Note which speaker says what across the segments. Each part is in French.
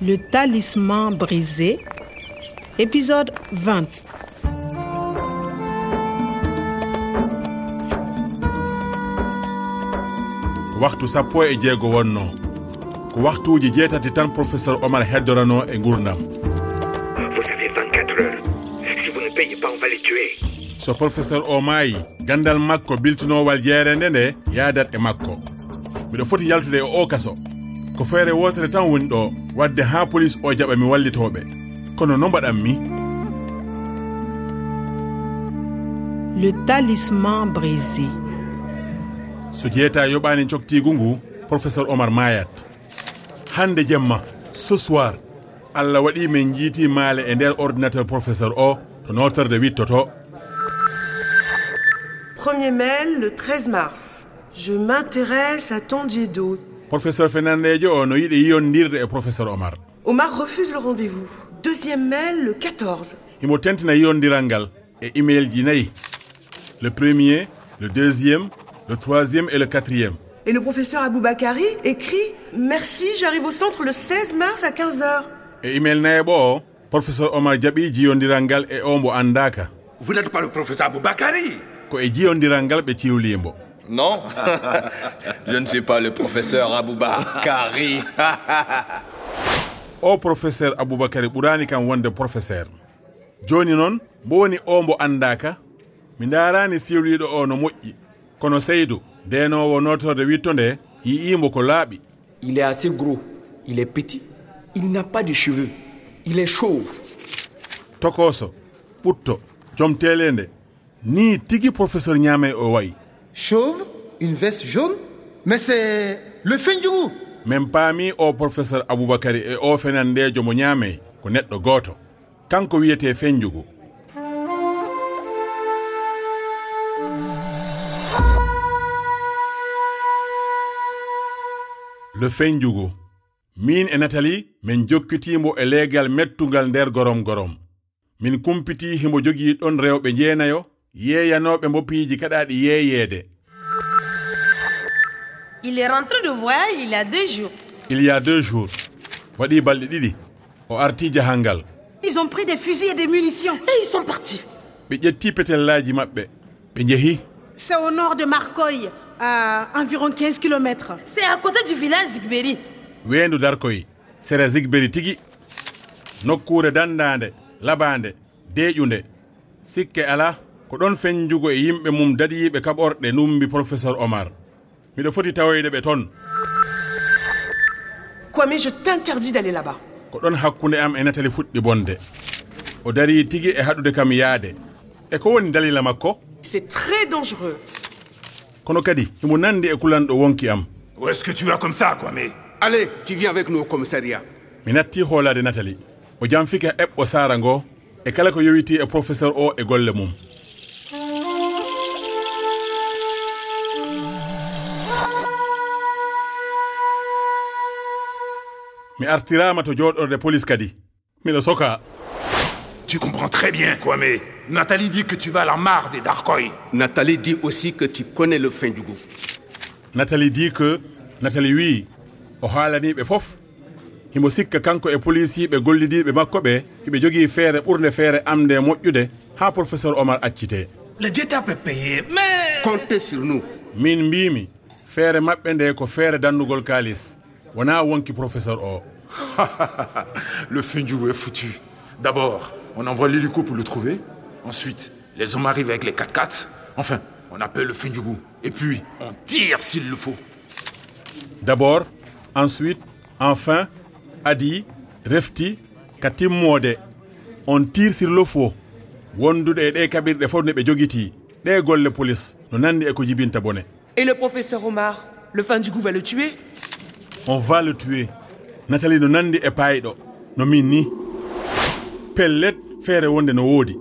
Speaker 1: Le talisman brisé, épisode 20.
Speaker 2: ko waktu sappo e jeego wonno ko waktuuji jeetati tan professeur omar heddorano e gurdam
Speaker 3: Vous avez 24 heures. Si vous ne payez pas, on va les tuer.
Speaker 2: so professeur o maayi gandal makko biltinowal jeerende nde yaadat e makko miɗo foti yaltude e o kaso ko feere wotere tan woni ɗo wadde haa police o jaɓa mi wallitooɓe kono no mbaɗan mi
Speaker 1: Le talisman brisé.
Speaker 2: so jeeta yoɓaani coktiigu ngu professeur omar maayat hannde jemma ce soir allah waɗi min njiiti maale e nder ordinateur professeur o to notorde wittoto
Speaker 4: Premier mail le 13 mars. Je m'intéresse à Tondiedo.
Speaker 2: professeur fernandejo o no yiɗi yiyondirde e professeur omar
Speaker 4: Omar refuse le rendez-vous. Deuxième mail le 14.
Speaker 2: himo tentina yiyondiral ngal e email ji nayi le premier le deuxième le troisième et le quatrième
Speaker 4: Et le professeur Aboubakari écrit Merci, j'arrive au centre le 16 mars à 15h.
Speaker 2: e email nayeɓo o professeur omar jaɓi jiyondiral ngal e o mbo andaka
Speaker 5: Vous n'êtes pas le professeur Aboubakari
Speaker 2: ko e jiyondiral ngal ɓe ciwlimo
Speaker 6: Non, je ne suis pas le professeur Abouba Kari.
Speaker 2: o professeur aboubacary ɓurani kam wonde professeur joni noon mbo woni o mbo andaka mi darani siwliɗo o no moƴƴi kono seydou ndenowo notorde witto nde yi'imo ko laaɓi
Speaker 7: Il est assez gros, il est petit, il n'a pas de cheveux, il est chauve.
Speaker 2: tokoso ɓutto joom tele nde ni tigi professeur ñaamay o wayi
Speaker 8: chauve, une veste jaune, mais c'est le Fendjougou.
Speaker 2: min paami o professeur aboubacary e o fenandejo mo ñaamay ko neɗɗo gooto kanko wiyete fenjugo le fenjugo min e nathalie min jokkitimo e leegal mettugal nder gorom gorom min kumpiti himo jogii ɗon rewɓe jeenayo yeeyanoɓe mbopiiji kaɗaɗi yeeyeede
Speaker 9: Il est rentré de voyage il y a deux jours.
Speaker 2: il y a deux jours waɗi balɗe ɗiɗi o arti jahal ngal
Speaker 4: Ils ont pris des fusils et des munitions.
Speaker 9: Et ils sont partis.
Speaker 2: ɓe ƴetti petellaji maɓɓe ɓe jehi
Speaker 4: C'est au nord de Marcoy, à environ 15 km.
Speaker 9: C'est à côté du village Zigberi.
Speaker 2: weendu darkoyi sera zigberi tigi nokkure dandande labande deeƴunde sikke ala ko ɗon fenjugo e yimɓe mum dadiɓe kaɓorɗe numbi professeur omar miɗo foti tawoyde ɓe toon
Speaker 4: Quoi, mais je t'interdis d'aller là-bas.
Speaker 2: ko ɗon hakkunde am e natali fuɗɗi bonde o dari tigi e haɗude kam yaade e ko woni dalila makko
Speaker 4: C'est très dangereux.
Speaker 2: kono kadi himo nandi e kulanɗo wonki am
Speaker 5: Où est-ce que tu vas comme ça, Kwame
Speaker 10: Allez, tu viens avec nous au commissariat.
Speaker 2: mi natti hoolade natali o janfika eɓɓo saara ngo e kala ko yowiti e professeur o e golle mum mi artirama to joɗorde police kadi miɗo soka
Speaker 5: Tu comprends très bien, Kwame. Nathalie dit que tu vas à la mare des Darkoy.
Speaker 10: Nathalie dit aussi que tu connais le fin du goût.
Speaker 2: natali di que natali wi o haalaniɓe fof himo sikka kanko e policiɓe gollidiɓe makko ɓe hiɓe jogii feere ɓurde feere amde e moƴƴude ha professeur omar accite
Speaker 3: Le diète peut payer, mais.
Speaker 10: Comptez sur nous.
Speaker 2: min mbimi feere maɓɓe nde ko feere dandugol kaalis wona wonki professeur o
Speaker 5: le Fendjougou est foutu. D'abord, on envoie l'hélico pour le trouver. Ensuite, les hommes arrivent avec les 4x4. Enfin, on appelle le Fendjougou. Et puis, on tire s'il le faut.
Speaker 2: d'abord ensuite enfin adi refti ka timmode on tire sur le faux wondude e ɗe kaɓirɗe fof ne ɓe jogitii ɗe golle police no nandi e ko jibinta bone
Speaker 4: Et le professeur Omar, le fin du goût va le tuer
Speaker 2: on va le tuer nathalie no nandi e paayiɗo no min ni pellet feere wonde no woodi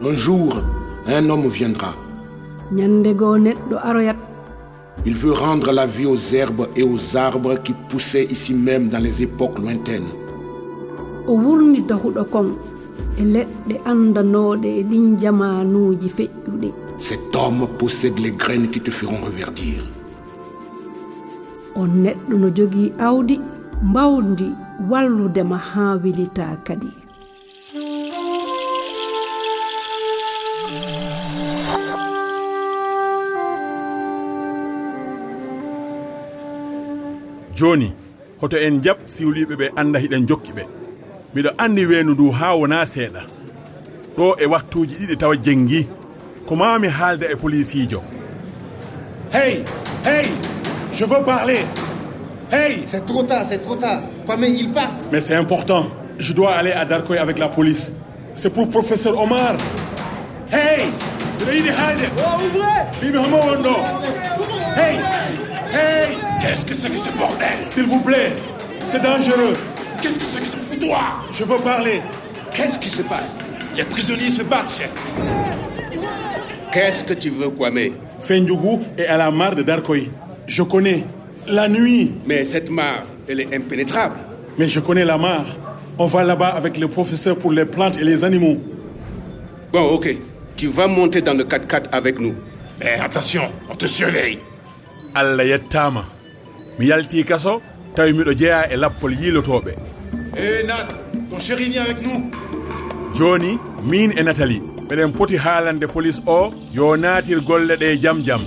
Speaker 11: Un jour, un homme viendra.
Speaker 12: ñandego neɗɗo aroyat
Speaker 11: Il veut rendre la vie aux herbes et aux arbres qui poussaient ici même dans les époques lointaines.
Speaker 12: o wurni dahuɗo kon e leɗɗe andanoɗe e ɗin jamanuji feƴƴuɗe
Speaker 11: Cet homme possède les graines qui te feront reverdir.
Speaker 12: on neɗɗo no jogii aawdi mbawdi walludema haa wilitaa kadi
Speaker 2: joni hoto en jab siwliɓe ɓe anda hiɗen jokki ɓe miɗo andi weenu ndu ha wona seeɗa ɗo e waktuji ɗiɗi tawa jengi ko mami haalde e policijo
Speaker 13: hey hey je veux parler hey
Speaker 8: c'est trop tard c'est trop tard Kwame ils partent
Speaker 13: mais c'est important je dois aller à Darkoy avec la police c'est pour professeur Omar hey mbiɗo yiɗi haalde mbimi homo wonɗo hey hey
Speaker 5: Qu'est-ce que c'est que ce bordel
Speaker 13: S'il vous plaît, c'est dangereux.
Speaker 5: Qu'est-ce que c'est que ce foutoir
Speaker 13: Je veux parler.
Speaker 5: Qu'est-ce qui se passe Les prisonniers se battent, chef.
Speaker 10: Qu'est-ce que tu veux, Kwame
Speaker 13: Fendjougou est à la mare de Darkoy. Je connais. La nuit.
Speaker 10: Mais cette mare, elle est impénétrable.
Speaker 13: Mais je connais la mare. On va là-bas avec le professeur pour les plantes et les animaux.
Speaker 10: Bon, ok. Tu vas monter dans le 4x4 avec nous.
Speaker 14: Eh,
Speaker 5: Mais attention, on te surveille.
Speaker 2: Allah yettama. mi yalti kaso tawi miɗo jeeya e lappol yiilotoɓe
Speaker 5: e nat ton chéri vient avec nous
Speaker 2: joni min e nathalie ɓeɗen poti haalande police o yo naatir golle ɗe jam jam